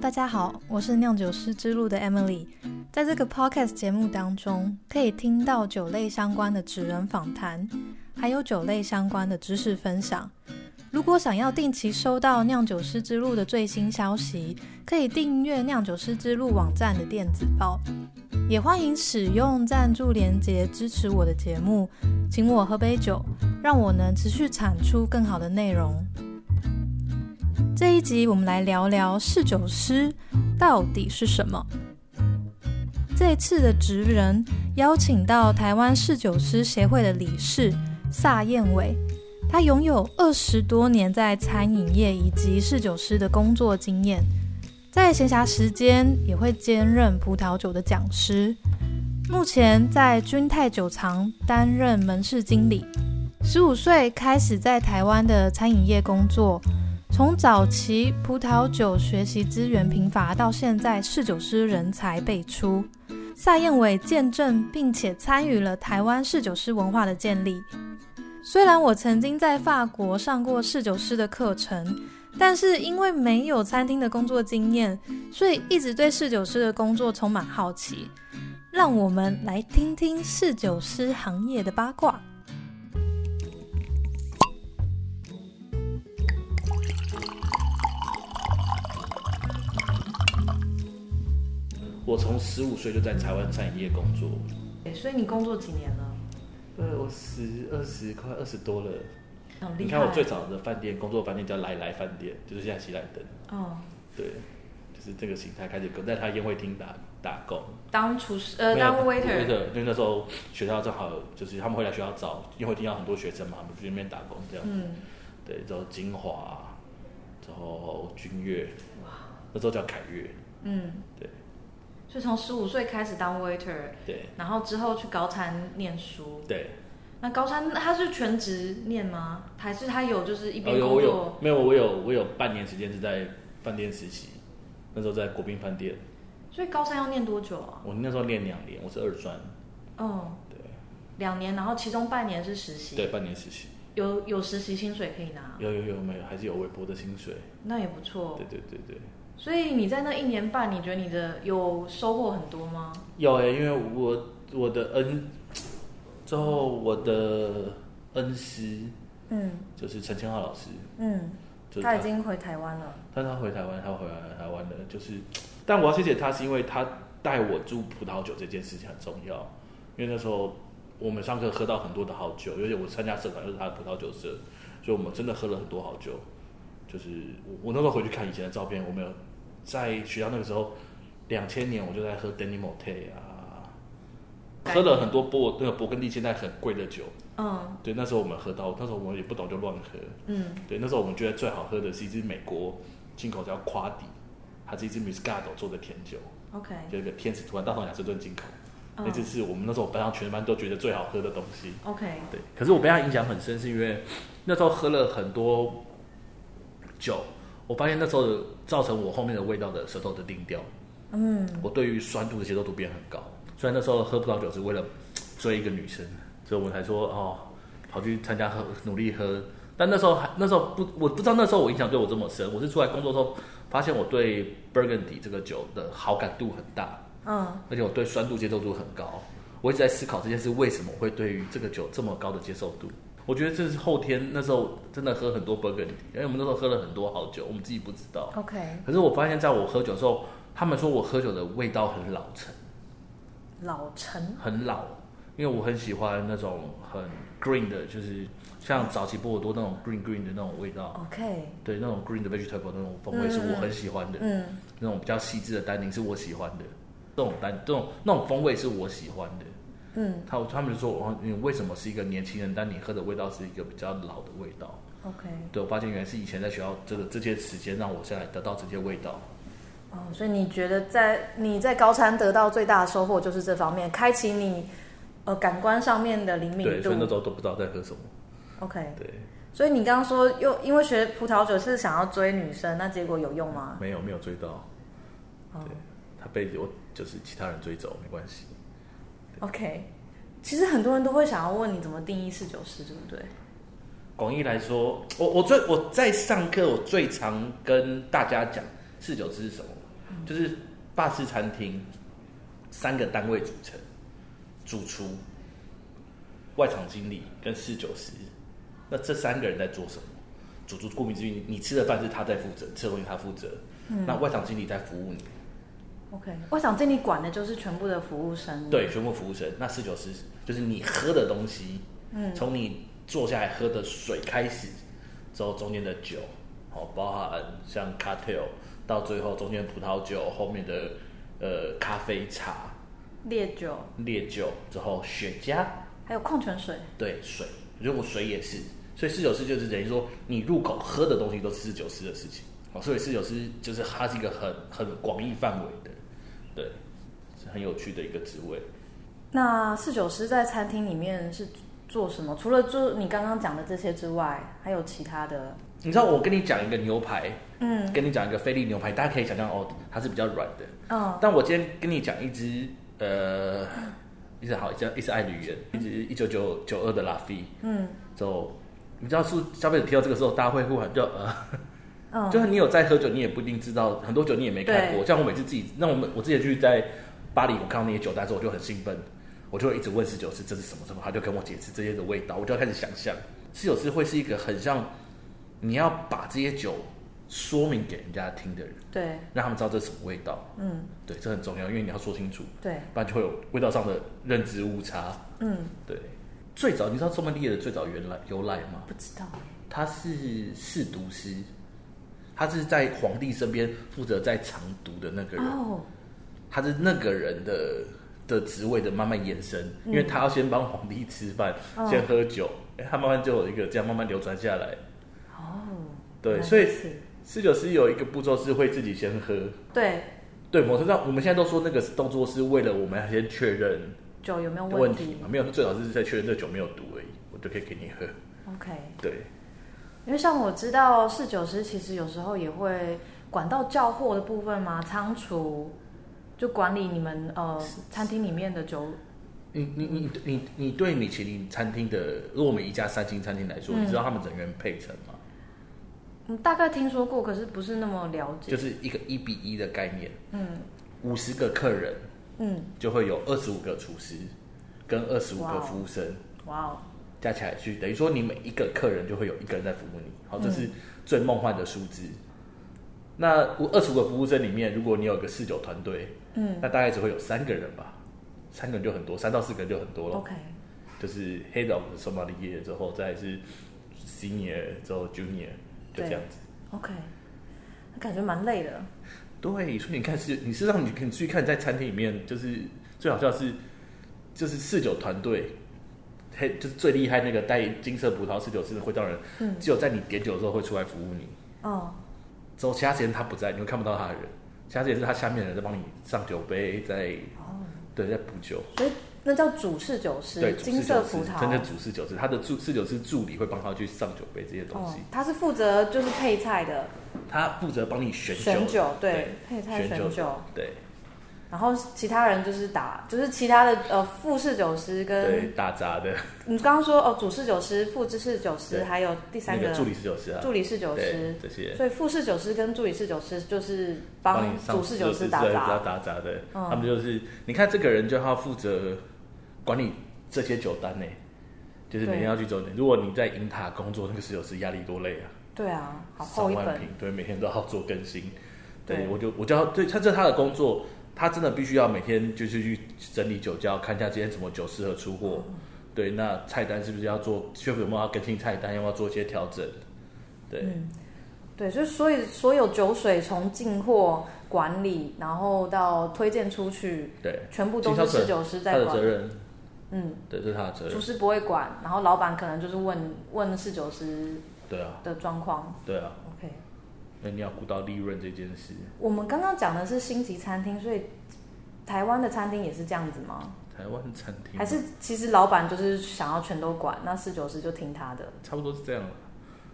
大家好，我是酿酒师之路的 Emily。在这个 podcast 节目当中，可以听到酒类相关的职人访谈，还有酒类相关的知识分享。如果想要定期收到酿酒师之路的最新消息，可以订阅酿酒师之路网站的电子报。也欢迎使用赞助连结支持我的节目，请我喝杯酒，让我能持续产出更好的内容。这一集我们来聊聊侍酒师到底是什么。这一次的职人邀请到台湾侍酒师协会的理事萨燕伟，他拥有二十多年在餐饮业以及侍酒师的工作经验，在闲暇时间也会兼任葡萄酒的讲师。目前在君泰酒藏担任门市经理，十五岁开始在台湾的餐饮业工作，从早期葡萄酒学习资源贫乏到现在侍酒师人才辈出。萨燕伟见证并且参与了台湾侍酒师文化的建立。虽然我曾经在法国上过侍酒师的课程，但是因为没有餐厅的工作经验，所以一直对侍酒师的工作充满好奇。让我们来听听侍酒师行业的八卦。我从十五岁就在台湾餐饮业工作，所以你工作几年了？二十二十快二十多了。好你看我最早的饭店工作饭店叫来来饭店，就是现在喜来登，哦，对，就是这个形态开始跟在他宴会厅打打工。当厨师呃没有当不是 waiter，因为那时候学校正好就是他们会来学校找宴会厅要很多学生嘛，他们就去那边打工这样。嗯，对，之后金华，之后君悦，那时候叫凯悦，嗯，对所以从十五岁开始当 waiter，对然后之后去高餐念书。对。那高三他是全职念吗？还是他有就是一哦，边有工我有作？没有？我有我有半年时间是在饭店实习，那时候在国宾饭店，所以高三要念多久啊？我那时候练两年，我是二专，哦，对两年，然后其中半年是啊实习，对，半年实习，有有实习薪水可以拿，有有有没有？还是有微薄的薪水，那也不错对。对对对，所以你在那一年半，你觉得你的有收获很多吗？有诶、因为我我的恩，之后我的恩师嗯就是陈千浩老师，嗯，就是他经回台湾了。但是他回台湾，他回来台湾的，就是，但我要谢谢他，是因为他带我住葡萄酒这件事情很重要，因为那时候我们上课喝到很多的好酒，而且我参加社团就是他的葡萄酒社，所以我们真的喝了很多好酒。就是我我那时候回去看以前的照片，我们有在学校那个时候，两千年我就在喝 Denny m o t e 啊，喝了很多波那个勃艮第现在很贵的酒，嗯对，那时候我们喝到，那时候我们也不懂就乱喝，嗯对，那时候我们觉得最好喝的是一支美国进口叫夸迪，它是一支 Moscato 做的甜酒， ，OK，就一个天使图案，大同雅士顿进口。嗯那支是我们那时候班上全班都觉得最好喝的东西。 ，OK，对，可是我被它影响很深，是因为那时候喝了很多酒，我发现那时候造成我后面的味道的舌头的定调，嗯，我对于酸度的接受度变很高。虽然那时候喝葡萄酒是为了追一个女生，所以我才说哦，跑去参加喝，努力喝。但那时候还那时候不，我不知道那时候我影响对我这么深。我是出来工作之后，发现我对 Burgundy 这个酒的好感度很大，嗯而且我对酸度接受度很高。我一直在思考这件事，为什么我会对于这个酒这么高的接受度？我觉得这是后天那时候真的喝很多 Burgundy，因为我们那时候喝了很多好酒，我们自己不知道。 ，OK，可是我发现，在我喝酒的时候，他们说我喝酒的味道很老成，老陈，很老，因为我很喜欢那种很 green 的，就是像早期波尔多那种 green green 的那种味道， OK，对，那种 green 的 vegetable 那种风味是我很喜欢的，嗯那种比较细致的单宁是我喜欢的，这种单这种那种风味是我喜欢的。嗯他他们就说，哦，你为什么是一个年轻人，但你喝的味道是一个比较老的味道？ ，OK，对我发现原来是以前在学校这个这些时间让我现在得到这些味道。哦，所以你觉得在你在高餐得到最大的收获就是这方面，开启你呃感官上面的灵敏对，所以那时度。候都不知道在喝什么。 OK，对，所以你刚刚说又因为学葡萄酒是想要追女生，那结果有用吗？没有没有追到，哦对他被我就是其他人追走，没关系。 ，OK，其实很多人都会想要问你怎么定义侍酒师，对不对？广义来说，我我最我在上课我最常跟大家讲侍酒师是什么，就是法式餐厅三个单位组成，主厨、外场经理跟侍酒师。那这三个人在做什么？主厨顾名思义，你吃的饭是他在负责，吃的东西他负责。那外场经理在服务你， OK，我想经理管的就是全部的服务生。对，全部服务生。那侍酒师就是你喝的东西，嗯从你坐下来喝的水开始，之后中间的酒，哦，包含像 cocktail，到最后中间葡萄酒，后面的呃咖啡茶、烈酒，烈酒，之后雪茄，还有矿泉水。对，水，如果水也是，所以侍酒师就是等于说你入口喝的东西都是侍酒师的事情，哦，所以侍酒师就是它是一个很很广义范围的，对，是很有趣的一个职位。那侍酒师在餐厅里面是做什么？除了做你刚刚讲的这些之外，还有其他的？你知道我跟你讲一个牛排，嗯跟你讲一个菲力牛排，大家可以想象哦，它是比较软的。嗯但我今天跟你讲一只呃，一只好一只一只爱旅人，一只一九九九二的拉菲，嗯就你知道是消费者听到这个时候，大家会忽然就呃， 嗯，就是你有在喝酒，你也不一定知道，很多酒你也没看过。像我每次自己，那我们我之前去在巴黎，我看到那些酒单之后，我哦就很兴奋，我就会一直问侍酒师这是什么什么，他就跟我解释这些的味道，我就要开始想象，侍酒师会是一个很像你要把这些酒说明给人家听的人，对，让他们知道这是什么味道。嗯对，这很重要，因为你要说清楚，对，不然就会有味道上的认知误差。嗯，对，最早你知道宋曼丽的最早原来由来吗？不知道。他是试毒师，他是在皇帝身边负责在藏毒的那个人，哦，他是那个人的的职位的慢慢延伸，因为他要先帮皇帝吃饭，嗯 哦先喝酒，哎、他慢慢就有一个这样慢慢流传下来。哦，对，原来所以如此侍酒师有一个步骤是会自己先喝。对对，某程度上，我们现在都说那个动作是为了我们要先确认酒有没有问问题嘛，没有，最好是在确认这酒没有毒而已，我就可以给你喝。 OK，对，因为像我知道侍酒师其实有时候也会管到叫货的部分嘛，仓储就管理你们呃餐厅里面的酒。你你你你你对米其林餐厅的，如果我们一家三星餐厅来说，嗯你知道他们人员配成吗？嗯，大概听说过，可是不是那么了解。就是一个一比一的概念，嗯五十个客人嗯，就会有二十五个厨师跟二十五哇个哦服务生，哇哦，加起来去等于说你每一个客人就会有一个人在服务你，好，这嗯是最梦幻的数字。那二十五个服务生里面，如果你有个侍酒团队，嗯那大概只会有三个人吧，三个人就很多，三到四个人就很多了。 ，OK，就是黑的我们收马利耶之后，再来是 senior 之后 junior，就这样子。 OK，感觉蛮累的。对，所以你看是你是让你你去看在餐厅里面，就是最好笑是就是侍酒团队，黑就是最厉害那个带金色葡萄侍酒师的会让人，嗯只有在你点酒的时候会出来服务你，哦，之后其他时间他不在，你会看不到他的人，其他时间是他下面的人在帮你上酒杯，在哦，对在补酒。所以那叫主侍酒对，师，主侍金酒色师葡萄。真的主侍酒师，他的助侍酒师助理会帮他去上酒杯这些东哦西，，他是负责就是配菜的，他负责帮你选酒，选酒对，配菜选选酒酒。对然后其他人就是打，就是其他的呃副侍酒师对跟打杂的你刚刚说哦主侍酒师、副侍酒师，对还有第那三个个助理侍酒师啊，助理侍酒对师。这些所以副侍酒师跟助理侍酒师就是帮帮你上主侍酒师打对杂。打杂的，嗯他们就是你看这个人就要负责管理这些酒单呢，就是每天对要去走。如果你在银塔工作，那个侍酒师压力多累啊，对啊，好厚上一万本瓶，。对，每天都要做更新。对，对我就我就要对，他这是他的工作，他真的必须要每天就是去整理酒窖，看一下今天什么酒适合出货。嗯对，那菜单是不是要做？需要有没有要更新菜单？要不要做一些调整？对，嗯，对，就是所以所有酒水从进货、管理，然后到推荐出去，对，全部都是侍酒师他在的责管。任，嗯，对，这是他的责厨任。师不会管，然后老板可能就是问问侍酒师对啊，的状况。对啊， OK，那你要顾到利润这件事。我们刚刚讲的是星级餐厅，所以台湾的餐厅也是这样子吗？台湾餐厅还是其实老板就是想要全都管，那侍酒师就听他的？差不多是这样啦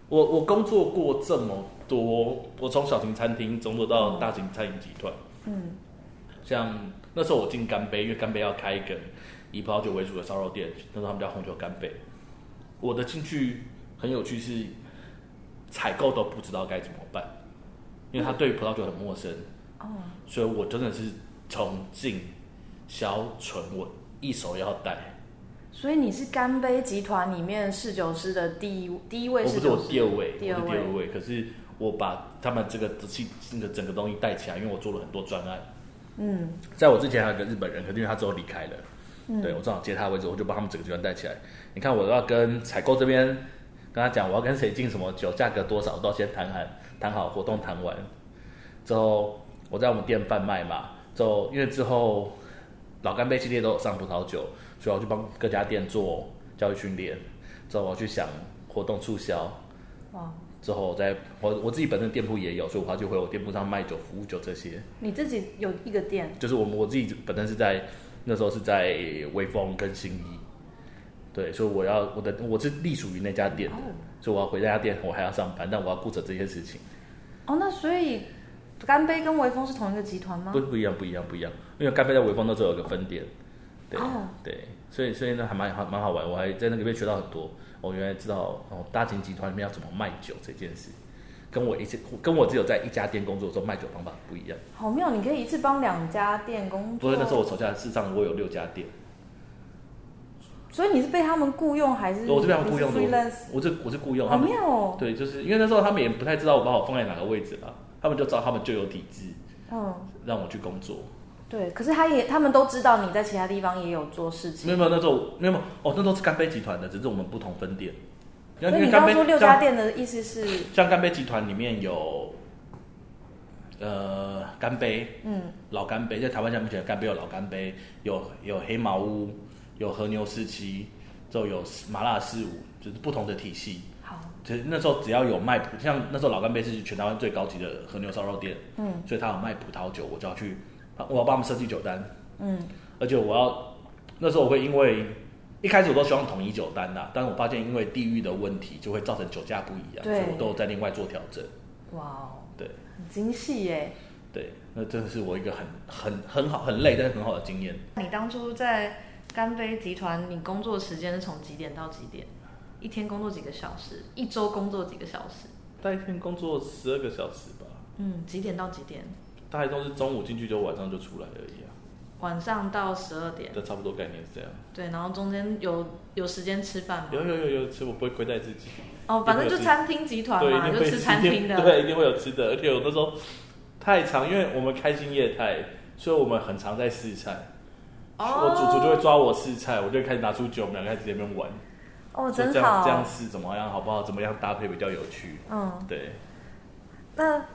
我我工作过这么多，我从小型餐厅工作到大型餐饮集团，嗯像那时候我进干杯，因为干杯要开一个以葡萄酒为主的烧肉店，那时候他们叫红酒干杯。我的进去很有趣是，采购都不知道该怎么办，因为他对葡萄酒很陌生，哦，所以我真的是从进销存，我一手要带，所以你是干杯集团里面侍酒师的第一第一我位不侍是酒我师，第二位，我是第第二位二位，可是我把他们这个系那个整个东西带起来，因为我做了很多专案。嗯在我之前还有一个日本人，可是因为他之后离开了，嗯，对我正好接他位置，我就把他们整个集团带起来。你看，我要跟采购这边跟他讲，我要跟谁进什么酒，价格多少，我都要先谈好，谈好活动谈完之后，我在我们店贩卖嘛。之后因为之后老干杯系列都有上葡萄酒，所以我去帮各家店做教育训练。之后我去想活动促销，哇，之后我再我我自己本身店铺也有，所以我要去回我店铺上卖酒、服务酒这些。你自己有一个店，就是我们我自己本身是在那时候是在微风跟新一，对，所以我要我的我是隶属于那家店的，哦所以我要回那家店，我还要上班，但我要顾着这些事情，哦，那所以干杯跟微风是同一个集团吗不？不一样不一样不一样，因为干杯在微风那时候有个分店，对、哦对，所以所以那还蛮还蛮好玩，我还在那个边学到很多，我原来知道哦大型集团里面要怎么卖酒这件事。跟我一起，跟我只有在一家店工作的时候卖酒方法不一样。好妙，你可以一次帮两家店工所作。以那时候我手下事实上我有六家店，所以你是被他们雇佣还是？我这边雇佣的嗯你是 freelance，我是我是雇佣，他好们妙哦。对，就是因为那时候他们也不太知道我把我放在哪个位置了，他们就知道他们就有体制嗯，让我去工作。对。可是他也，他们都知道你在其他地方也有做事没情。有没有，那时候没有没有哦，那时候是干杯集团的，只是我们不同分店。因所为因以你为刚干刚杯说六家像店的意思是，像干杯集团里面有呃干杯嗯，老干杯，在台湾现在目前干杯有老干杯，有有黑毛屋，有和牛四七，就有麻辣四五，就是不同的体系。好，其实那时候只要有卖葡，像那时候老干杯是全台湾最高级的和牛烧肉店，嗯所以他有卖葡萄酒，我就要去，我要帮他们设计酒单，嗯，而且我要那时候我会因为一开始我都希望统一酒单啦，但是我发现因为地域的问题就会造成酒价不一样，所对以我都有在另外做调整。哇哦，对很精细耶。对，那真的是我一个很很很好很累但是很好的经验。你当初在干杯集团，你工作时间是从几点到几点？一天工作几个小时？一周工作几个小时？大概一天工作十二个小时吧，嗯，几点到几点？大概都是中午进去就晚上就出来而已啊，晚上到十二点。这差不多概念是这样。对，然后中间有有时间吃饭吗？有有有有，吃我不会亏待自己。哦，反正就餐厅集团嘛，一定就会吃餐厅的。对，一定会有吃的。而且我那时候太长，因为我们开心业态，所以我们很常在试菜。我哦，主厨就会抓我试菜，我就开始拿出酒，我们两个开始在那边玩，说哦，真这样好。这样试怎么样好不好？怎么样搭配比较有趣？嗯，对，那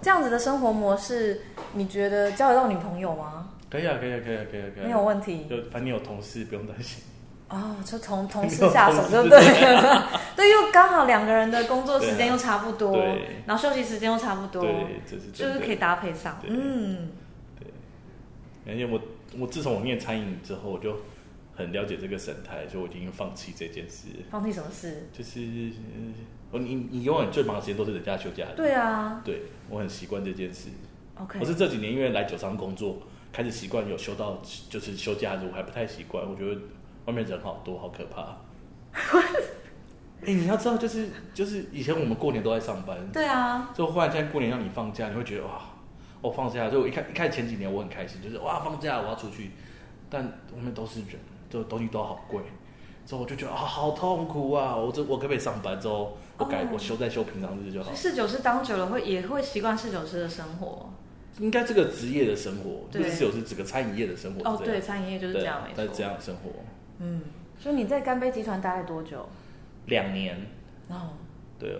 这样子的生活模式，你觉得交得到女朋友吗？可以啊，可以啊，可以啊，可以啊，可以啊。没有问题。就反正有同事不用担心。哦，就 从同没事有下手，同事对不对？ 对，又刚好两个人的工作时对间啊又差不多对，然后休息时间又差不多，对，这是就真是的可以。搭配上。对嗯，而且我我自从我念餐饮之后，我就很了解这个生态，所以我已经放弃这件事。放弃什么事？就是呃哦，你你永远最忙的时间都是人家休假日。对啊对我很习惯这件事。 ，OK 我。是这几年因为来酒商工作，开始习惯有休到就是休假日，我还不太习惯。我觉得外面人好多，好可怕。 哎、你要知道，就是就是以前我们过年都在上班，对啊，就忽然现在过年让你放假，你会觉得哇，我、放假。就我一开一开始前几年我很开心，就是哇放假我要出去，但外面都是人，这东西都好贵，之后我就觉得啊好痛苦啊！我这我可不可以上班之后，我改、哦我休再休平常日就好所以。侍酒师当久了会也会习惯侍酒师的生活。应该这个职业的生活，对不是只有是整个餐饮业的生活哦，是这对，样，餐饮业就是这样，对没是这错。样的生活嗯，所以你在干杯集团待了多久？两年，哦对，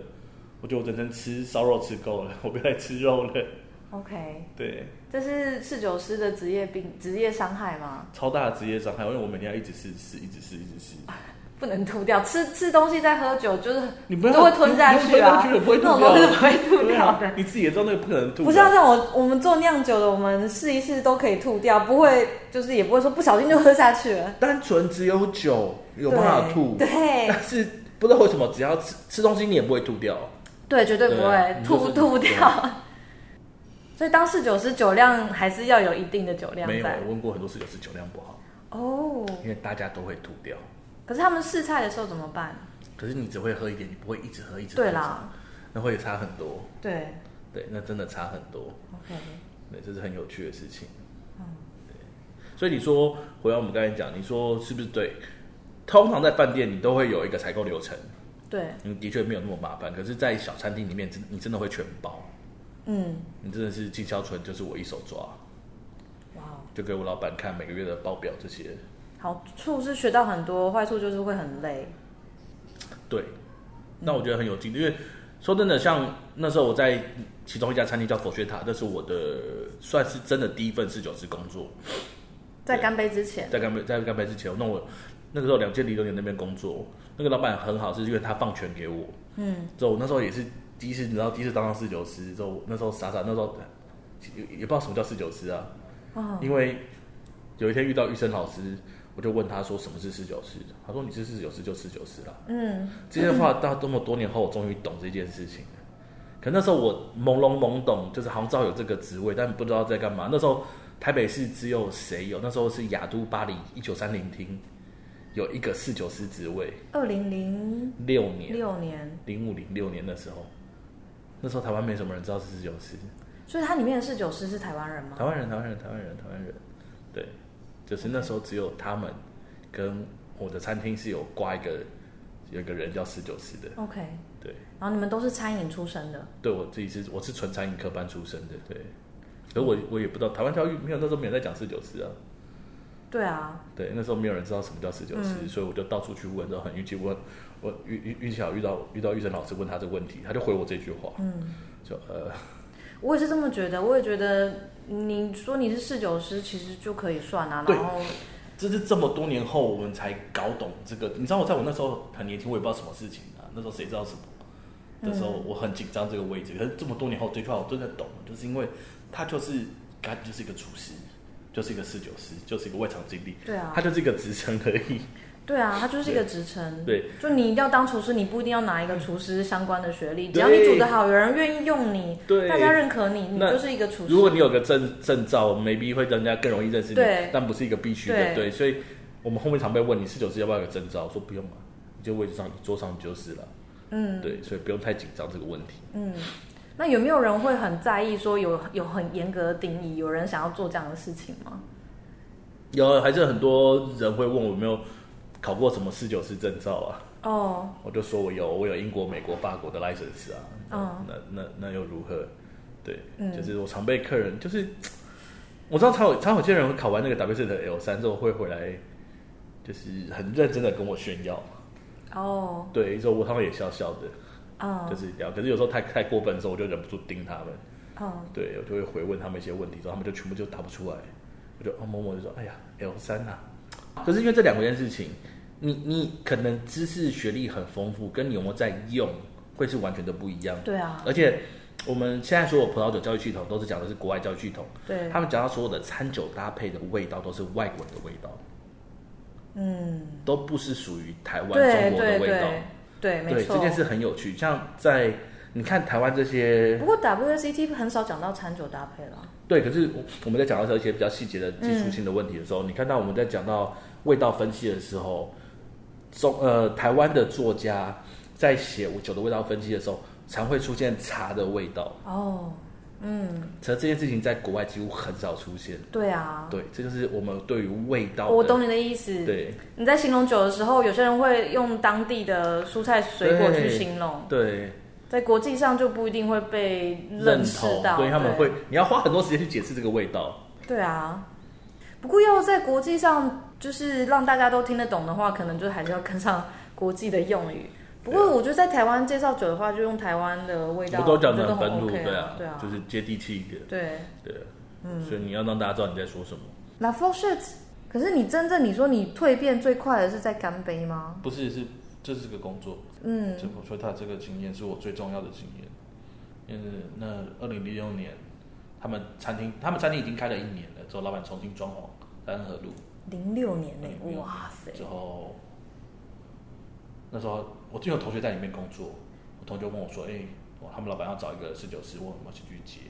我觉得我整整吃烧肉吃够了，我不要再吃肉了， ，OK，对，这是侍酒师的职业病、职业伤害吗？超大的职业伤害，因为我每天要一直试试，一直试，一直试，啊不能吐掉，吃吃东西再喝酒就是你不要都会吞下去啊，你不会吞下那去的种东不西会是不会吐掉，吐掉对啊的。你自己也知道那个不可能吐的，不像像我我们做酿酒的，我们试一试都可以吐掉，不会就是也不会说不小心就喝下去了。单纯只有酒有对办法吐，对但是不知道为什么只要吃吃东西你也不会吐掉，对，绝对不对啊会你就吐是吐不对掉。 所以当侍酒师酒量还是要有一定的酒量没有，在我问过很多事酒是酒量不好，哦。因为大家都会吐掉。可是他们试菜的时候怎么办？可是你只会喝一点，你不会一直喝一直喝。对啦，那会差很多，对对，那真的差很多。 ，OK，对，这是很有趣的事情。嗯对，所以你说回到我们刚才讲，你说是不是对？通常在饭店你都会有一个采购流程，对，你的确没有那么麻烦。可是，在小餐厅里面，真你真的会全包，嗯，你真的是进销存就是我一手抓，哇哦，就给我老板看每个月的报表这些。好处是学到很多，坏处就是会很累。对，那嗯我觉得很有劲，因为说真的，像那时候我在其中一家餐厅叫佛学塔，那是我的算是真的第一份侍酒师工作。在干杯之前，在干杯在干杯之前，那我那个时候两千零六年那边工作，那个老板很好，是因为他放权给我。嗯，之后我那时候也是第一次，你知道，第一次当上侍酒师，之后我那时候傻傻，那时候也也不知道什么叫侍酒师啊，哦，因为有一天遇到玉生老师，我就问他说什么是侍酒师，他说你是侍酒师就侍酒师啦。嗯，这些话到这么多年后，我终于懂这件事情了。可那时候我朦胧懵懂，就是好像知道有这个职位，但不知道在干嘛。那时候台北市只有谁有？那时候是雅都巴黎一九三零厅有一个侍酒师职位，二零零六年六年，零五零六年的时候，那时候台湾没什么人知道是侍酒师，所以它里面的侍酒师是台湾人吗台？湾人，台湾人，台湾人，台湾人，对，就是那时候只有他们跟我的餐厅是有挂一个有一个人叫侍酒师的， OK，对。然后你们都是餐饮出身的，对我自己是我是纯餐饮科班出身的，对。可我我也不知道台湾教育没有那时候没有在讲四九师啊，对啊，对，那时候没有人知道什么叫四九师，嗯所以我就到处去问，然后很运气问，我运运运气好遇到遇到玉成老师问他这个问题，他就回我这句话，嗯，就呃我也是这么觉得，我也觉得你说你是侍酒师，其实就可以算啊，对然后这是这么多年后我们才搞懂这个。你知道我在我那时候很年轻，我也不知道什么事情啊，那时候谁知道什么的时候，我很紧张这个位置。可是这么多年后，这句话我真的懂了，就是因为他就是他就是一个厨师，就是一个侍酒师，就是一个外场经理，对啊他就是一个职称而已。对啊，它就是一个职称。对，嗯就你一定要当厨师，你不一定要拿一个厨师相关的学历，对只要你煮得好，有人愿意用你，对大家认可你，你那就是一个厨师。如果你有个证证照，maybe 会让人家更容易认识你对，但不是一个必须的。对对，所以我们后面常被问你侍酒师要不要有个证照，我说不用啊，你就位置上桌上就是了。嗯对，所以不用太紧张这个问题。嗯，那有没有人会很在意说有有很严格的定义？有人想要做这样的事情吗？有还是很多人会问我有没有考过什么侍酒师证照啊？哦，我就说我有，我有英国、美国、法国的 license 啊。嗯那那那又如何？对，嗯就是我常被客人就是，我知道常有常有些人会考完那个 WC 的 L 三之后会回来，就是很认真的跟我炫耀。哦，对，之后我他们也笑笑的，嗯，就是聊。可是有时候太太过分的时候，我就忍不住盯他们。嗯，对，我就会回问他们一些问题，之后他们就全部就答不出来。我就哦，某某就说：“哎呀，L 三呐。”可是因为这两件事情，你你可能知识学历很丰富，跟你有没有在用，会是完全的不一样。对啊，而且我们现在所有葡萄酒教育系统都是讲的是国外教育系统，对他，们讲到所有的餐酒搭配的味道都是外国人的味道，嗯，都不是属于台湾对中国的对味道。对对，没对，错。这件事很有趣。像在你看台湾这些不，过 WSET 很少讲到餐酒搭配了。对，可是我我们在讲到一些比较细节的技术性的问题的时候，你看到我们在讲到味道分析的时候，中呃台湾的作家在写酒的味道分析的时候，常会出现茶的味道，哦，嗯，其实这件事情在国外几乎很少出现。对啊，对，这就是我们对于味道的。我懂你的意思。对你在形容酒的时候，有些人会用当地的蔬菜水果去形容，对，在国际上就不一定会被认认识同，到。对他们会，你要花很多时间去解释这个味道。对啊。不过要在国际上就是让大家都听得懂的话，可能就还是要跟上国际的用语。不对啊过我觉得在台湾介绍酒的话，就用台湾的味我道，们都讲我的觉很很本土， OK 对对啊，嗯就是接地气一点，对。对，啊所以你要让大家知道你在说什么。 La f o r c h e t 可是你真正你说你蜕变最快的是在干杯吗？不是，是这是个工作，嗯这所以他这个经验是我最重要的经验。嗯，那二零零六年，他们餐厅他们餐厅已经开了一年了，之后老板重新装潢三河路，零六年呢、嗯哇塞！之后那时候我就有同学在里面工作，我同学跟我说：“哎、我他们老板要找一个侍酒师，问我们去去接。”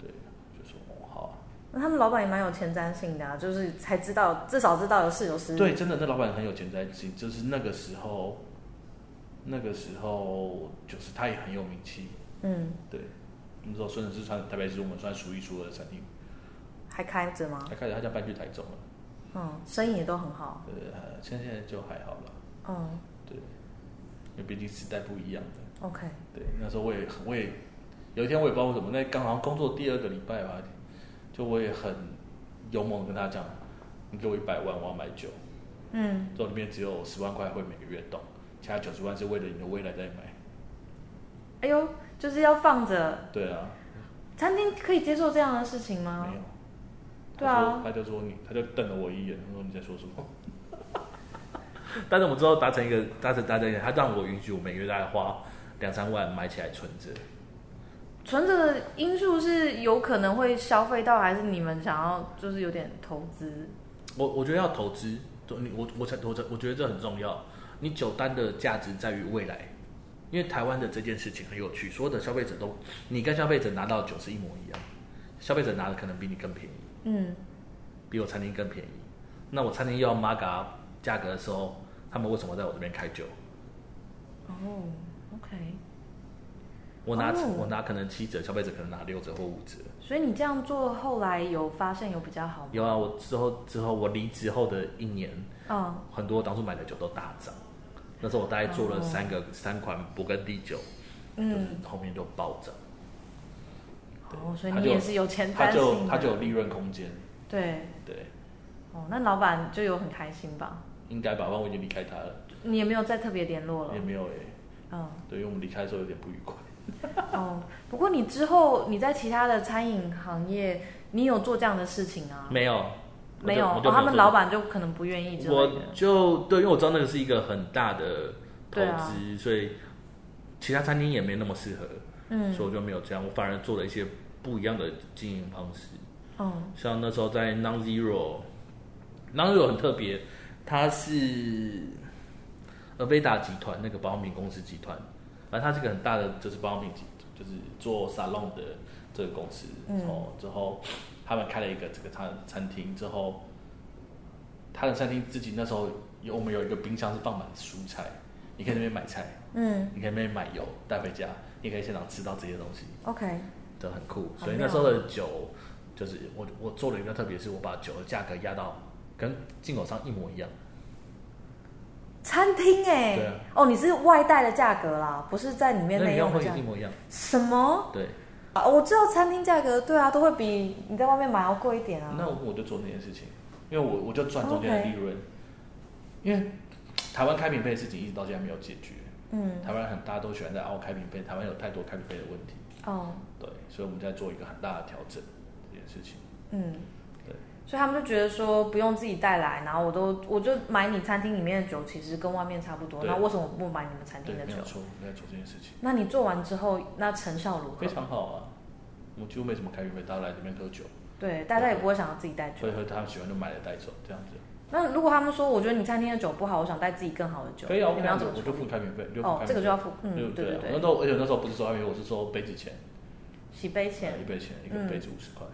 对，就说哦好啊。那他们老板也蛮有前瞻性的啊，就是才知道，至少知道有室友师。对，真的，那老板很有前瞻性，就是那个时候，那个时候就是他也很有名气，嗯，对，那时候孙子是算台北市我们算数一数二的餐厅，还开着吗？他开始他家搬去台中了，嗯，生意也都很好。对，呃现在现在就还好了，嗯对，因为毕竟时代不一样的， ，OK，对，那时候我也很我也有一天我也不知道为什么，那刚好工作第二个礼拜吧，就我也很勇猛地跟他讲，你给我一百万，我要买酒，嗯，这里面只有十万块会每个月动，其他九十万是为了你的未来在买，哎呦，就是要放着。对啊，餐厅可以接受这样的事情吗没？有。对啊他就说他就说你，他就瞪了我一眼，他说你在说什么？ 但是我们之后达成一个达成达成一个，他让我允许我每个月大概花两三万买起来存着。存着的因素是有可能会消费到，还是你们想要就是有点投资？我我觉得要投资，就你我我才我才我觉得这很重要。你酒单的价值在于未来，因为台湾的这件事情很有趣，所有的消费者都你跟消费者拿到的酒是一模一样，消费者拿的可能比你更便宜。嗯，比我餐厅更便宜。那我餐厅要 Maga 价格的时候，他们为什么在我这边开酒？哦，OK，我拿、哦我拿可能七折，消费者可能拿六折或五折。所以你这样做后来有发现有比较好吗？有啊，我之后之后我离职后的一年，嗯，很多当初买的酒都大涨。那时候我大概做了哦三个、三款勃艮第酒，嗯，就是后面就暴涨，对哦，所以他你就也是有前它瞻性就的，它就有利润空间。对，对，哦，那老板就有很开心吧？应该吧，不然我已经离开它了，你也没有再特别联络了也，没有哎、嗯，对，因为我们离开的时候有点不愉快。哦，不过你之后你在其他的餐饮行业，你有做这样的事情啊？没有，我就没有，我哦就没有、他们老板就可能不愿意之类我的。就对，因为我知道那个是一个很大的投对资，啊所以其他餐厅也没那么适合，嗯，所以我就没有这样，我反而做了一些不一样的经营方式。嗯，像那时候在 Non Zero，Non Zero 很特别，它是 Aveda 集团那个保养品公司集团，反正它是一个很大的就是保养品集，就是做 salon 的这个公司。嗯哦，之后他们开了一个这个餐餐厅之后，他的餐厅自己那时候有我们有一个冰箱是放满蔬菜，你可以在那边买菜，嗯你可以在那边买油带回家，你可以现场吃到这些东西。 ，OK，都很酷。好所以妙那时候的酒，就是我我做了一个特别，是我把酒的价格压到跟进口商一模一样。餐厅哎、对啊哦，你是外带的价格啦，不是在里面那内你用的会价一格。模一样，什么对。啊？我知道餐厅价格，对啊，都会比你在外面买要贵一点啊。那我就做那件事情，因为我我就赚中间的哦 OK 利润。因为台湾开瓶费的事情一直到现在没有解决，嗯，台湾很大都喜欢在澳开瓶费，台湾有太多开瓶费的问题，哦，对，所以我们在做一个很大的调整这件事情。嗯对，所以他们就觉得说不用自己带来，然后我都我就买你餐厅里面的酒，其实跟外面差不多。对那为什么不买你们餐对厅的，没酒有？错，我们在做这件事情那你做完之后，那成效如非何？常好啊。我几乎没什么开瓶费，大家来这边喝酒，对，大家也不会想要自己带酒所以。喝他们喜欢就买了带走，这样子。那如果他们说，我觉得你餐厅的酒不好，我想带自己更好的酒，可以啊，我你跟们你要讲怎么我处就理？付开瓶费，就付哦开，这瓶费个就要付，就嗯，对对啊那对时，候而且那时候不是收开瓶费，我是收杯子钱，洗杯呃一钱，杯钱，一个嗯杯子五十块，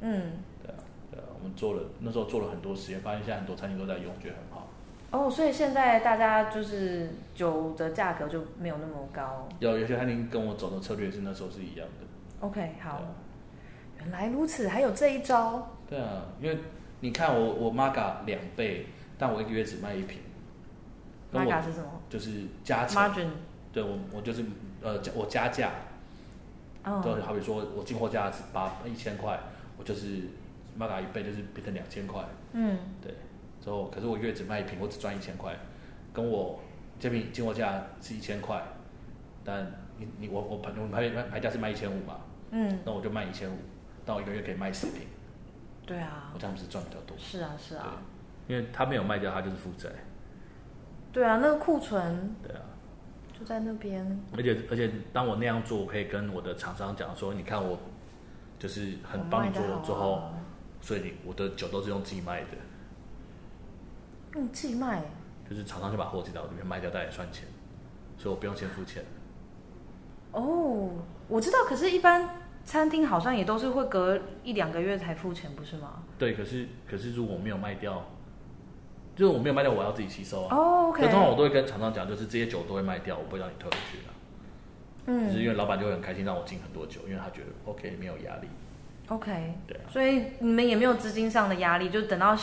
嗯，对啊，对啊，我们做了那时候做了很多实验，发现现在很多餐厅都在用，觉得很好。哦，所以现在大家就是酒的价格就没有那么高。有有些餐厅跟我走的策略是那时候是一样的， OK，对好，啊，原来如此，还有这一招，对啊，因为你看我我 Maga 两倍，但我一个月只卖一瓶，玛跟嘎我是什么就是加成， ？Margin，对我我就是呃加我加价，就嗯，好比说我进货价是八一千块，我就是 Maga 一倍就是变成两千块。嗯，对，之后可是我一个月只卖一瓶，我只赚一千块，跟我这瓶进货价是一千块，但你你我我排我排排排价是卖一千五嘛，嗯，那我就卖一千五，那我一个月可以卖十瓶，对啊我，这样不是赚比较多？是啊，是啊，因为他没有卖掉，他就是负债，对啊，那个库存对啊。就在那边，而且而且，当我那样做，我可以跟我的厂商讲说，你看我就是很帮你做了之我后卖得好，啊所以你我的酒都是用寄卖的，嗯，自己卖，就是厂商就把货寄到我这边卖掉，但也算钱，所以我不用先付钱。哦，我知道，可是，一般餐厅好像也都是会隔一两个月才付钱，不是吗？对，可是可是如果我没有卖掉，就是我没有卖掉，我要自己吸收啊。哦就，OK，通常我都会跟厂商讲，就是这些酒都会卖掉，我不会让你退回去啊。就是嗯因为老板就会很开心让我进很多酒，因为他觉得 OK 没有压力。 ，OK，对啊，所以你们也没有资金上的压力，就等到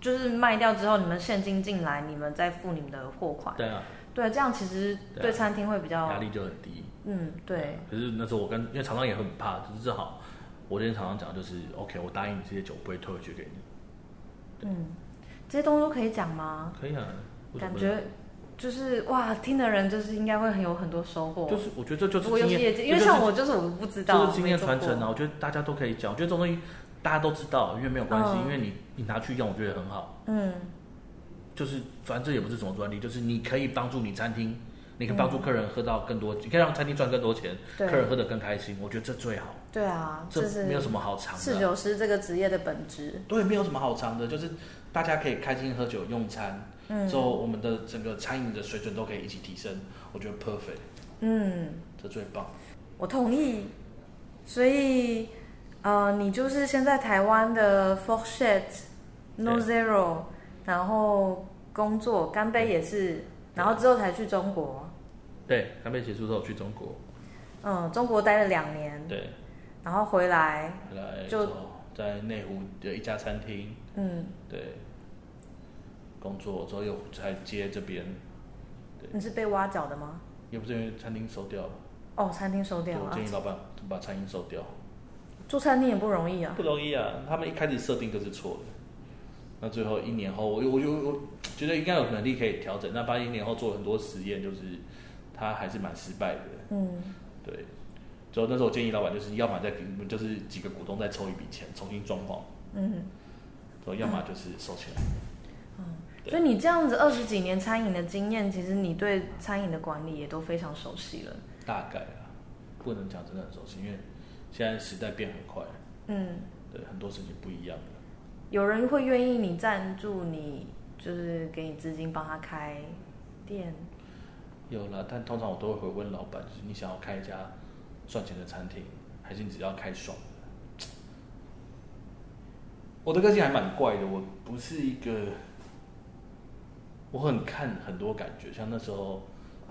就是卖掉之后，你们现金进来，你们再付你们的货款。对啊，对，这样其实对啊对餐厅会比较压力就很低。嗯，哦对，。可是那时候我跟因为厂商也很怕，就是正好我跟厂商讲，就是 OK，我答应你这些酒不会退回去给你，嗯，这些东西都可以讲吗？可以啊。为什么感不觉就是哇，听的人就是应该会很有很多收获。就是我觉得这就是我有经业验，界，因为这就是像我就是我不知道，这是经验传承没做啊，过我觉得大家都可以讲，我觉得这种东西大家都知道，因为没有关系，嗯因为你你拿去用，我觉得很好。嗯就是反正这也不是什么专利，就是你可以帮助你餐厅，你可以帮助客人喝到更多，你可以让餐厅赚更多钱，客对人喝得更开心，我觉得这最好，对啊，这这是没有什么好藏侍的啊。酒师这个职业的本质。对，没有什么好藏的，就是大家可以开心喝酒用餐，嗯之后我们的整个餐饮的水准都可以一起提升，我觉得 perfect，嗯，这最棒。我同意。所以呃，你就是现在台湾的 f o r s h e t No 对 Zero，然后工作干杯也是，然后之后才去中国。对，干杯结束之后去中国，嗯，中国待了两年，对，然后回来，回来之嗯就后在内湖的一家餐厅，嗯，对，工作之后又才接这边，你是被挖角的吗？也不是因为餐厅收掉了。哦，餐厅收对掉我了建，议老板把餐饮收掉，做餐厅也不容易啊。不容易啊。他们一开始设定就是错的，那最后一年后，我我就我觉得应该有能力可以调整。那八一年后做了很多实验，就是他还是蛮失败的。嗯，对，之后那时候我建议老板就是要么再给你们就是几个股东再抽一笔钱重新装潢，嗯，然后要么就是收起来。对所以你这样子二十几年餐饮的经验，其实你对餐饮的管理也都非常熟悉了。大概啊，不能讲真的很熟悉，因为现在时代变很快，嗯，对，很多事情不一样了。有人会愿意你赞助你，就是给你资金帮他开店。有了，但通常我都会回问老板，就是你想要开一家赚钱的餐厅，还是你只要开爽的？我的个性还蛮怪的，我不是一个，我很看很多感觉，像那时候，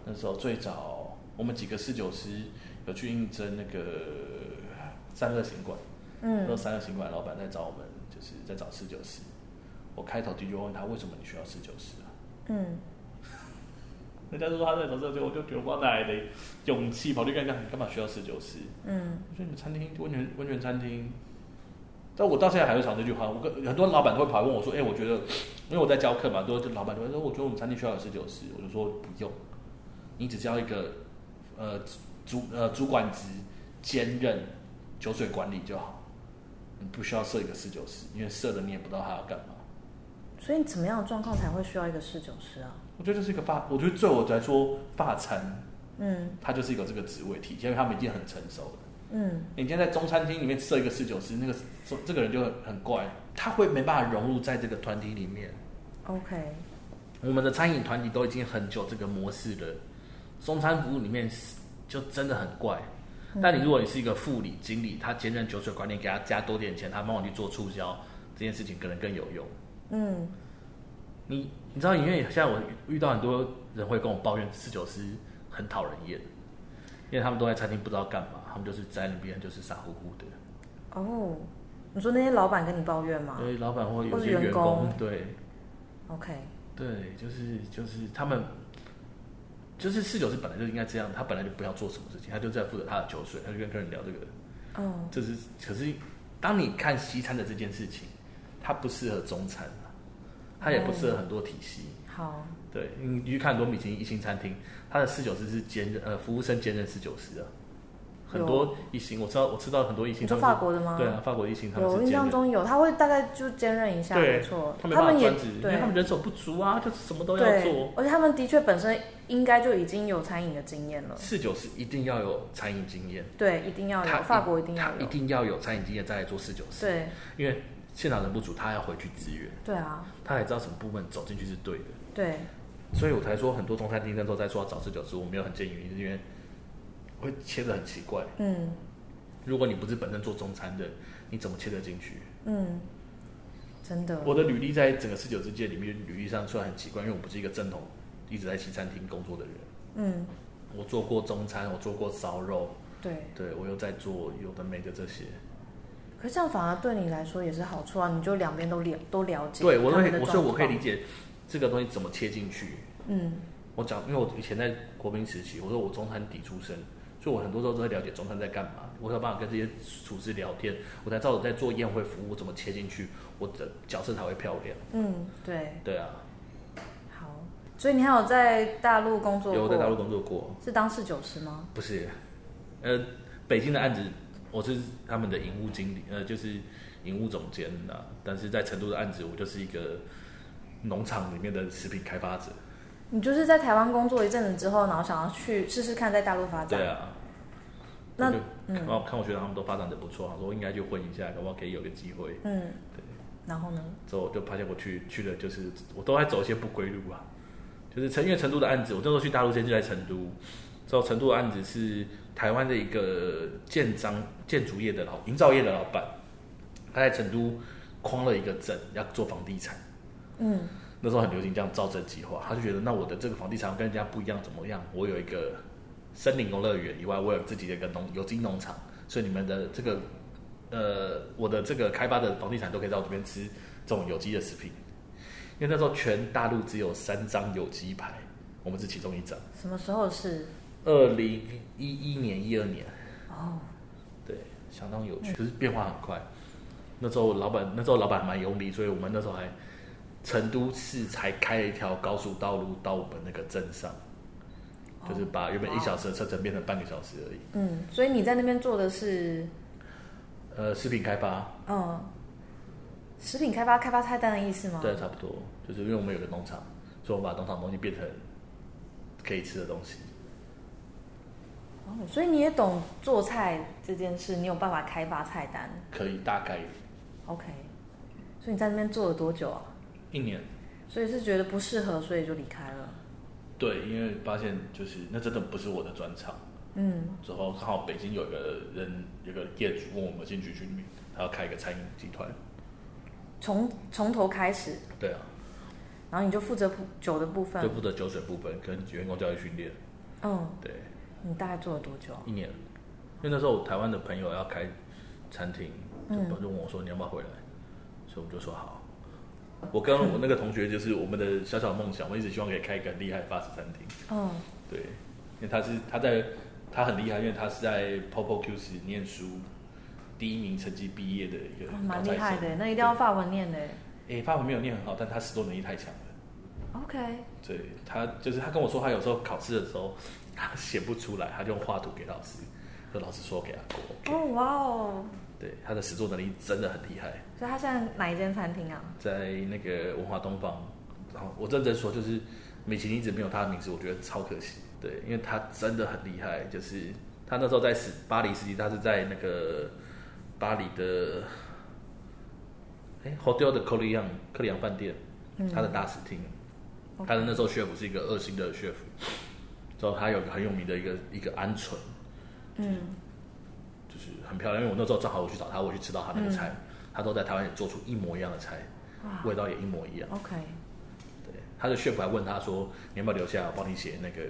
那时候最早我们几个侍酒师有去应征那个三乐行馆，那时候嗯三乐行馆老板在找我们，就是在找侍酒师。我开头第一句问他为什么你需要侍酒师啊？嗯，人家就说他在投射，我就觉得我哪来的勇气跑去跟人家，你干嘛需要侍酒师？嗯，我说你们餐厅温泉温泉餐厅，但我到现在还会讲这句话。我跟很多老板都会跑来问我说，哎、我觉得因为我在教课嘛，都就老板就会说，哦我觉得我们餐厅需要有侍酒师，我就说不用，你只要一个呃主呃主管职兼任酒水管理就好，你不需要设一个侍酒师，因为设了你也不知道他要干嘛。所以你怎么样的状况才会需要一个侍酒师啊？我觉得这是一个发，我觉得对我来说发餐。嗯他就是一个这个职位体系，因为他们已经很成熟了。嗯你今天在中餐厅里面设一个侍酒师，那个这个人就很很怪，他会没办法融入在这个团体里面。 ，OK，我们的餐饮团体都已经很久这个模式了，中餐服务里面是就真的很怪。但你如果你是一个副理、经理，他兼任酒水管理，给他加多点钱，他帮我去做促销，这件事情可能更有用。嗯你你知道，因为现在我遇到很多人会跟我抱怨侍酒师很讨人厌，因为他们都在餐厅不知道干嘛，他们就是在那边就是傻乎乎的。哦，你说那些老板跟你抱怨吗所以老板会有或是些员员工对？OK，对，就是就是他们就是侍酒师本来就应该这样，他本来就不要做什么事情，他就在负责他的酒水，他就跟客人聊这个。哦，这是可是当你看西餐的这件事情，它不适合中餐啊，它也不适合很多体系。好，对，你去看很多米其林一星餐厅，它的侍酒师是兼任呃服务生兼任侍酒师啊，很多一星我知道我知道很多一星你他们说法是，国的吗？对啊，法国一星他们有是印兼象任，中有，他会大概就兼任一下，对没错。他没办法也专职，因为对他们人手不足啊，就是什么都要对做，。而且他们的确本身应该就已经有餐饮的经验了，侍酒师一定要有餐饮经验，对，一定要他啊有，法国一定要他一有，定要有餐饮经验再来做侍酒师，对因为现场人不足，他要回去支援，对啊，他才知道什么部分走进去是对的。对，所以我才说很多中餐厅那时候在说要找侍酒师，我没有很建议，是因为会切的很奇怪。嗯如果你不是本身做中餐的，你怎么切得进去？嗯，真的，我的履历在整个侍酒之界里面，履历上虽然很奇怪，因为我不是一个正统一直在西餐厅工作的人，嗯我做过中餐，我做过烧肉，对。对我又在做有的没的这些。可是这样反而对你来说也是好处啊，你就两边都了都了解。对我都可以，我所以我可以理解。解这个东西怎么切进去。嗯，我讲，因为我以前在国民时期，我说我中餐底出身，所以我很多时候都在了解中餐在干嘛。我有办法跟这些厨师聊天，我才知道我在做宴会服务我怎么切进去，我的角色才会漂亮。嗯，对，对啊，好。所以你还有在大陆工作过？有在大陆工作过，是当侍酒师吗？不是，呃，北京的案子我是他们的营务经理，呃，就是营务总监呐、但是在成都的案子，我就是一个农场里面的食品开发者。你就是在台湾工作一阵子之后，然后想要去试试看在大陆发展。对啊。那嗯我就看我看我觉得他们都发展的不错，我说应该就混一下，搞不好可以有个机会。嗯，对，然后呢？之后我就发现我去去了，就是我都在走一些不归路啊。就是成因为成都的案子，我那时候去大陆先就在成都，之后成都的案子是台湾的一个建章建筑业的老营造业的老板，他在成都框了一个镇，要做房地产。嗯，那时候很流行这样造镇计划，他就觉得那我的这个房地产跟人家不一样，怎么样？我有一个森林游乐园以外，我有自己的一个农有机农场，所以你们的这个呃，我的这个开发的房地产都可以在我这边吃这种有机的食品。因为那时候全大陆只有三张有机牌，我们是其中一张。什么时候是？二零一一年、一二年，哦，对，相当有趣，就是变化很快。那时候老板那时候老板还蛮用力，所以我们那时候还成都市才开了一条高速道路到我们那个镇上，就是把原本一小时的车程变成半个小时而已。嗯，所以你在那边做的是，呃，食品开发，嗯，食品开发开发菜单的意思吗？对，，差不多，就是因为我们有个农场，所以我们把农场的东西变成可以吃的东西。哦，所以你也懂做菜这件事，你有办法开发菜单可以大概，OK？所以你在那边做了多久啊？一年，所以是觉得不适合，所以就离开了。对，因为发现就是那真的不是我的专长。嗯，之后刚好北京有一个人，有个业主问我们进去去面，他要开一个餐饮集团。从从头开始，对啊，然后你就负责酒的部就分。负责酒水部分跟员工教育训练。嗯，对，你大概做了多久啊？一年，因为那时候我台湾的朋友要开餐厅，就嗯就问我说你要不要回来，所以我们就说好。我跟我那个同学就是我们的小小梦想，我一直希望可以开一个很厉害的法式餐厅。嗯，对，因为他是他在他很厉害，因为他是在 Popo Q 十念书第一名成绩毕业的一个哦蛮高材厉害生的，那一定要法文念的。欸诶、法文没有念很好，但他识作能力太强了。 OK，对他就是他跟我说，他有时候考试的时候他写不出来，他就用画图给老师，和老师说给他过。OK，、哦哇哦，对他的实作能力真的很厉害，所以他现在哪一间餐厅啊？在那个文化东方，然后我认真说，就是米其林一直没有他的名字，我觉得超可惜。对，因为他真的很厉害，就是他那时候在十巴黎时期，他是在那个巴黎的哎 Hotel 的克里昂克里昂饭店，他的大使厅。 OK 他的那时候 chef 是一个二星的 chef，之后他有个很有名的一个一个鹌鹑，嗯，就是很漂亮。因为我那时候正好我去找他，我去吃到他那个菜，他都在台湾也做出一模一样的菜，哇味道也一模一样。 ，OK，对，他的 chef 还问他说：“你要不要留下来？我帮你写那个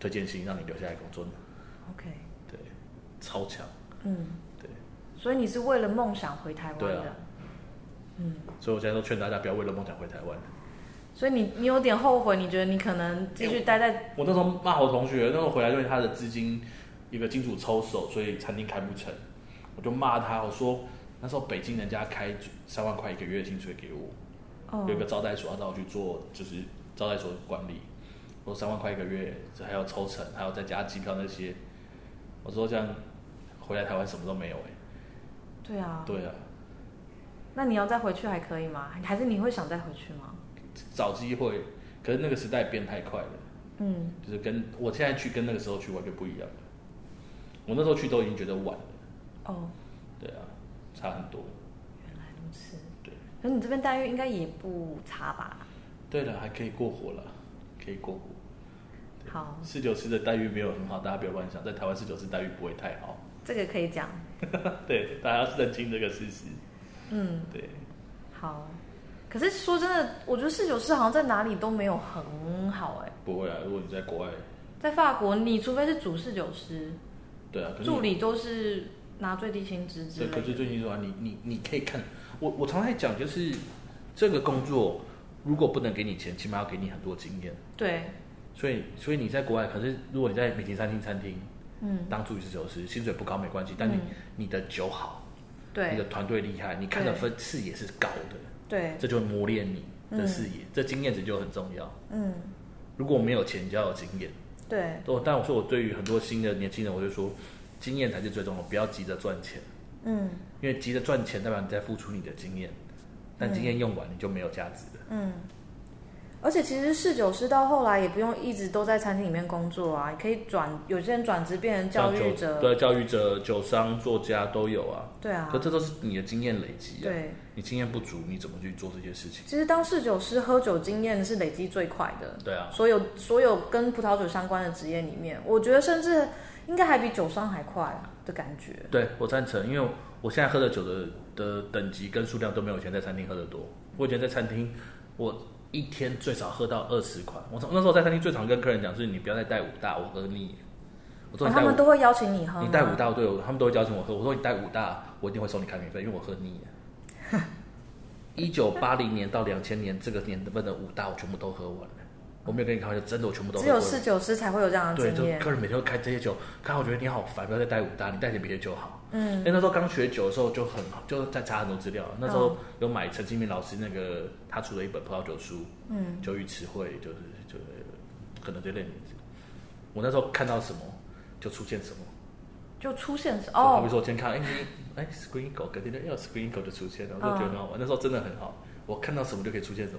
推荐信，让你留下来工作呢 OK，？” 对，超强。嗯，对，所以你是为了梦想回台湾对的，啊嗯，所以我现在都劝大家不要为了梦想回台湾。所以你你有点后悔，你觉得你可能继续待在我那时候骂我同学，那时候回来因为他的资金一个金主抽手，所以餐厅开不成，我就骂他，我说那时候北京人家开三万块一个月的薪水给我，哦有一个招待所要让我去做，就是招待所管理，我说三万块一个月，这还要抽成，还要再加机票那些，我说这样回来台湾什么都没有哎、对啊，对啊，那你要再回去还可以吗？还是你会想再回去吗？找机会，可是那个时代变太快了，嗯，就是跟我现在去跟那个时候去完全不一样了。我那时候去都已经觉得晚了，哦，对啊，差很多。原来如此，对，可是你这边待遇应该也不差吧？对了，还可以过活了，可以过活。好，四九师的待遇没有很好，大家不要乱想，在台湾四九师待遇不会太好。 这个可以讲，对，大家要认清这个事实。嗯。对，好，可是说真的，我觉得侍酒师好像在哪里都没有很好哎、不会啊，如果你在国外，在法国，你除非是主侍酒师，对啊，可是助理都是拿最低薪资之对，类可的。是最近说啊，你你你可以看，我我常在讲，就是这个工作如果不能给你钱，起码要给你很多经验。对，所以所以你在国外，可是如果你在米其林餐厅餐厅嗯，当助理酒师，薪水不高没关系，但你、嗯你的酒好，你的对团队厉害，你看的分视野是高的，对，这就会磨练你的视野，这经验值就很重要。嗯，如果没有钱，你就要有经验。对我哦但我说我对于很多新的年轻人，我就说，经验才是最重要，不要急着赚钱。嗯因为急着赚钱，代表你在付出你的经验，但经验用完你就没有价值了。嗯。而且其实侍酒师到后来也不用一直都在餐厅里面工作啊，你可以转，有些人转职变成教像育酒者，对教育者、酒商、作家都有啊。对啊可，这都是你的经验累积啊。对。你经验不足，你怎么去做这些事情？其实当侍酒师喝酒经验是累积最快的，对啊，所有所有跟葡萄酒相关的职业里面，我觉得甚至应该还比酒商还快的感觉。对我赞成，因为我现在喝的酒的的等级跟数量都没有以前在餐厅喝的多。我以前在餐厅，我一天最少喝到二十款。我从那时候在餐厅最常跟客人讲，是你不要再带五大，我喝腻了。我说哦你他带五们都会邀请你喝吗，你带五大对我，他们都会邀请我喝。我说你带五大，我一定会收你开瓶费，因为我喝腻了。 一九八零年到两千年这个年份的五大，我全部都喝完了。我没有跟你开玩笑，真的我全部都喝只完有了。侍酒师才会有这样的对，经就验。客人每天会开这些酒，看我觉得你好烦，不要再带五大，你带点别的酒好。因嗯，为那时候刚学酒的时候就很就在查很多资料，那时嗯候有买陈清明老师那个他出了一本葡萄酒书，嗯，酒与词汇，就是就是可能这类名字。我那时候看到什么就出现什么，就出现是就好哦比，说我今天看到哎哎 Screen Go，隔天就要哎 Screen Go 就出现了，我就觉得很好嗯玩。那时候真的很好，我看到什么就可以出现什么，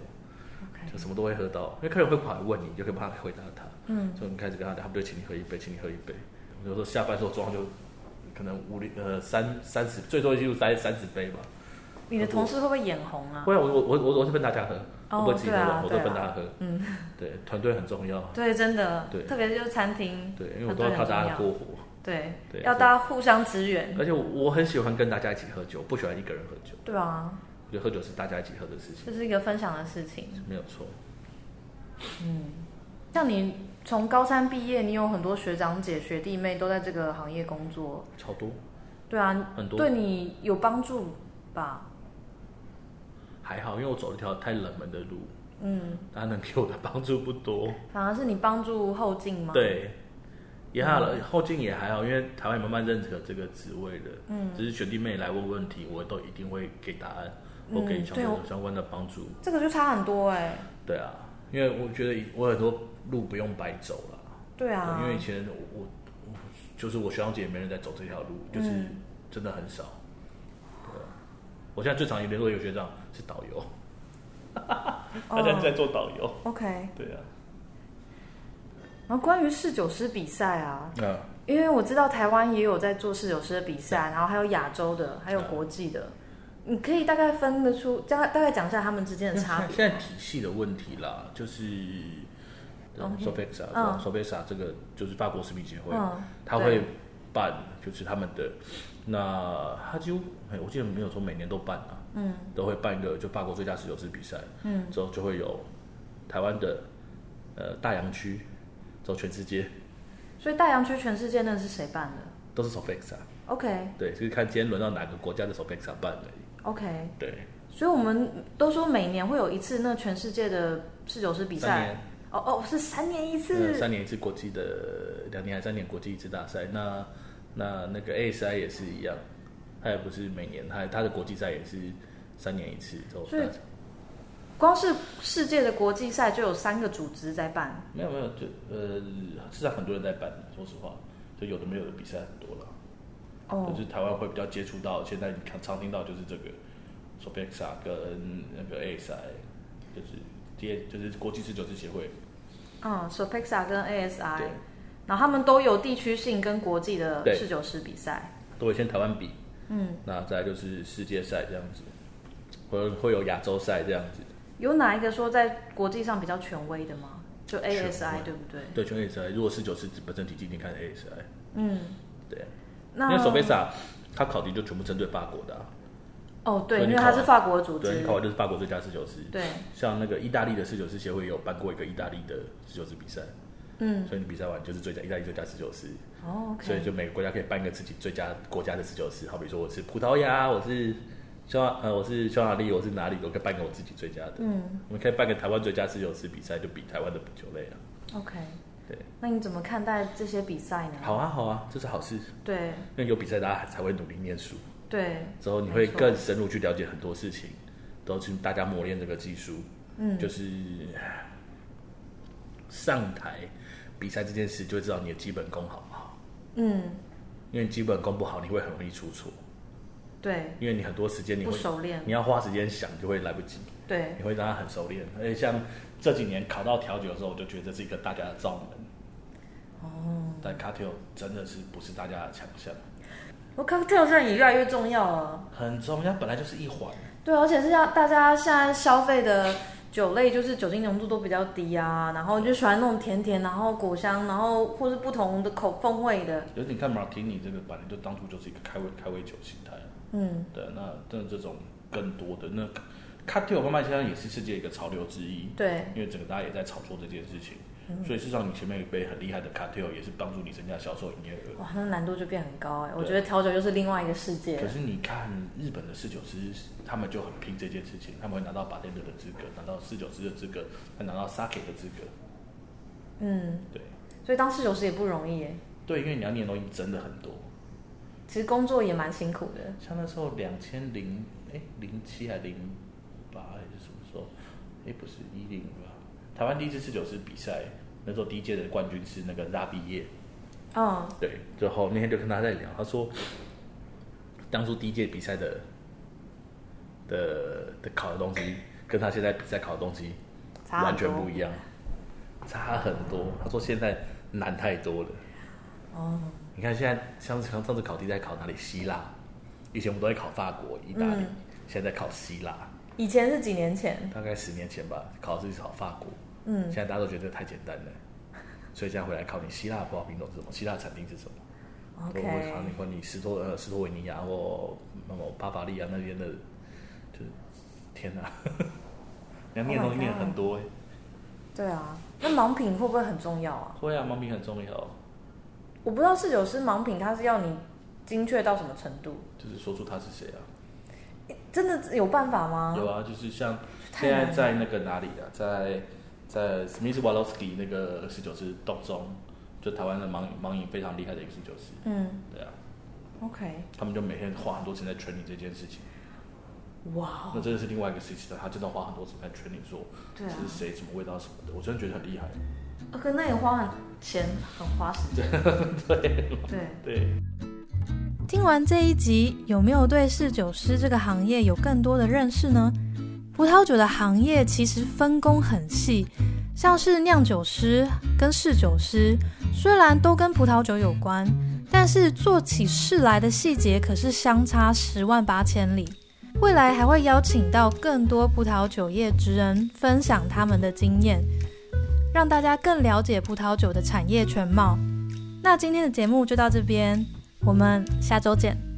就什么都会喝到。因为客人会跑来问你，你就可以帮他回答他。嗯，所以我们开始跟他聊，他们就请你喝一杯，请你喝一杯。我就说下班之后装就可能五零呃三三十，最多记录三三十杯吧。你的同事会不会眼红啊不？然我我我我我是分大家喝，我哦不会自己喝完，我对都啊对啊分大家喝。嗯，对，团队很重要。对，真的，对特别是就是餐厅，对，因为我都要靠大家过活。对，对要大家互相支援，而且我我很喜欢跟大家一起喝酒，不喜欢一个人喝酒。对啊，我觉得喝酒是大家一起喝的事情，这是一个分享的事情。没有错。像你从高三毕业，你有很多学长姐、学弟妹都在这个行业工作，超多，对啊，很多对你有帮助吧？还好，因为我走了一条太冷门的路，嗯，他能给我的帮助不 多。反而是你帮助后进吗？，对，也还好嗯了，后劲也还好，因为台湾也慢慢认可这个职位了。嗯，只是学弟妹来问问题，我都一定会给答案，或给嗯相对关我的相关的帮助。这个就差很多哎、对啊，因为我觉得我很多路不用白走了。对啊，因为以前我我我就是我学长姐也没人在走这条路，就是嗯真的很少。对啊，我现在最常联络有学长是导游，哦 他现在在做导游。 OK，对啊，然后关于侍酒师比赛啊，嗯，因为我知道台湾也有在做侍酒师的比赛，然后还有亚洲的，还有国际的，你可以大概分得出，大概大概讲一下他们之间的差别。现在体系的问题啦，就是嗯 s o f e x a 嗯 s o f e x a 这个就是法国食品协会，嗯，他对会办就是他们的那他几乎哎我记得没有说每年都办啊，嗯都会办一个就法国最佳侍酒师比赛，嗯，之后就会有台湾的呃大洋区，之后全世界所以大洋区全世界那是谁办的都是 s o f e x a ？OK 对，就是看今天轮到哪个国家的 s o f e x a 办而已。 OK，对，所以我们都说每年会有一次那全世界的侍酒师比三赛年。哦哦，是三年一呃，次。三年一次国际的，两年还三年国际一次大赛。那那那个 ASI 也是一样，它也不是每年，它它的国际赛也是三年一次。之后所以大家光是世界的国际赛就有三个组织在办，没有没有，就呃，市场很多人在办，说实话，就有的没有的比赛很多了。哦就，是台湾会比较接触到，现在你看常听到就是这个 s o b e x a 跟那个 ASI，就是第就是国际侍酒师协会，嗯 s o p e x a 跟 ASI，对，然后他们都有地区性跟国际的对侍酒师比赛。都会先台湾比，嗯，那再来就是世界赛这样子，会会有亚洲赛这样子。有哪一个说在国际上比较权威的吗？就权威 ASI 对不对？对，全 ASI，如果侍酒师本身体系，你看 ASI，嗯，对，因那为 s o b e x a 它考题就全部针对法国的、啊，哦对，对因你为它考是完法国的组对，织你考，完就是法国最佳侍酒师。对，像那个意大利的侍酒师协会有办过一个意大利的侍酒师比赛，嗯，所以你比赛完就是最佳意大利最佳侍酒师，哦所以，OK，就每个国家可以办一个自己最佳国家的侍酒师。好比说我是葡萄牙，我是匈牙呃我是匈牙利，我是哪里，我可以办个我自己最佳的。嗯我们可以办个台湾最佳侍酒师比赛，就比台湾的酒类了。 ，OK，对，那你怎么看待这些比赛呢？好啊好啊，这是好事，对因为有比赛大家才会努力念书，对，之后你没会错更深入去了解很多事情，都是大家磨练这个技术。嗯，就是唉上台比赛这件事，就会知道你的基本功好不好。嗯，因为你基本功不好，你会很容易出错，对，因为你很多时间你不会熟练你，要花时间想，就会来不及，对，你会让他很熟练。而且像这几年考到调酒的时候，我就觉得这是一个大家的罩门，哦，但 cocktail 真的是不是大家的强项，我 cocktail 现在也越来越重要了，很重要，本来就是一环。对，而且是要大家现在消费的。酒类就是酒精浓度都比较低啊，然后就喜欢那种甜甜，然后果香，然后或是不同的口风味的，尤其你看 martini 这个本来就当初就是一个开胃开胃酒形态，嗯对，那但这种更多的那 cocktail 慢慢现在也是世界一个潮流之一，，对，因为整个大家也在炒作这件事情，嗯所以事实上你前面有一杯很厉害的 cocktail 也是帮助你增加销售营业额。哇，那难度就变很高哎、我对觉得调酒又是另外一个世界可。是你看日本的侍酒师，他们就很拼这件事情，他们会拿到 bartender 的资格，拿到侍酒师的资格，再拿到 sake 的资格。嗯，对，所以当侍酒师也不容易哎、对，因为你要念的东西真的很多。其实工作也蛮辛苦的。像那时候两千零哎零七还零八还是什么时候？哎，不是一零吧？台湾第一次侍酒师比赛，那时候第一届的冠军是那个拉毕业。嗯对，最后那天就跟他在聊，他说，当初第一届比赛的的的考的东西，跟他现在比赛考的东西差很完全多不一样，差很多。他说现在难太多了。哦，你看现在像像上次考题在考哪里？希腊，以前我们都在考法国、意大利，嗯现在在考希腊。以前是几年前，大概十年前吧，考试是考法国，嗯现在大家都觉得太简单了，所以现在回来考你希腊葡萄品种是什么，希腊产地是什么。 OK 我会考你关于斯托呃斯托维尼亚或那么巴伐利亚那边的，就是天哪、 你要念东西 Oh my 念很多、欸对啊，那盲品会不会很重要啊？会啊，盲品很重要，我不知道侍酒师盲品它是要你精确到什么程度，就是说出他是谁啊，真的有办法吗？有啊，就是像太现难在了在那个哪里啊，在在 Smith Walowski 那个十九师洞中，就台湾的盲盲影非常厉害的一个十九师，嗯对啊。 ，OK，他们就每天花很多钱在 training 这件事情，哇那，真的是另外一个 system，他真的花很多钱在 training 说哦对啊这是谁什么味道什么的，我真的觉得很厉害。呃可那也花很钱，很花时间。 对对，对，听完这一集，有没有对侍酒师这个行业有更多的认识呢？葡萄酒的行业其实分工很细，像是酿酒师跟侍酒师，虽然都跟葡萄酒有关，但是做起事来的细节可是相差十万八千里。未来还会邀请到更多葡萄酒业职人分享他们的经验，让大家更了解葡萄酒的产业全貌。那今天的节目就到这边，我们下周见。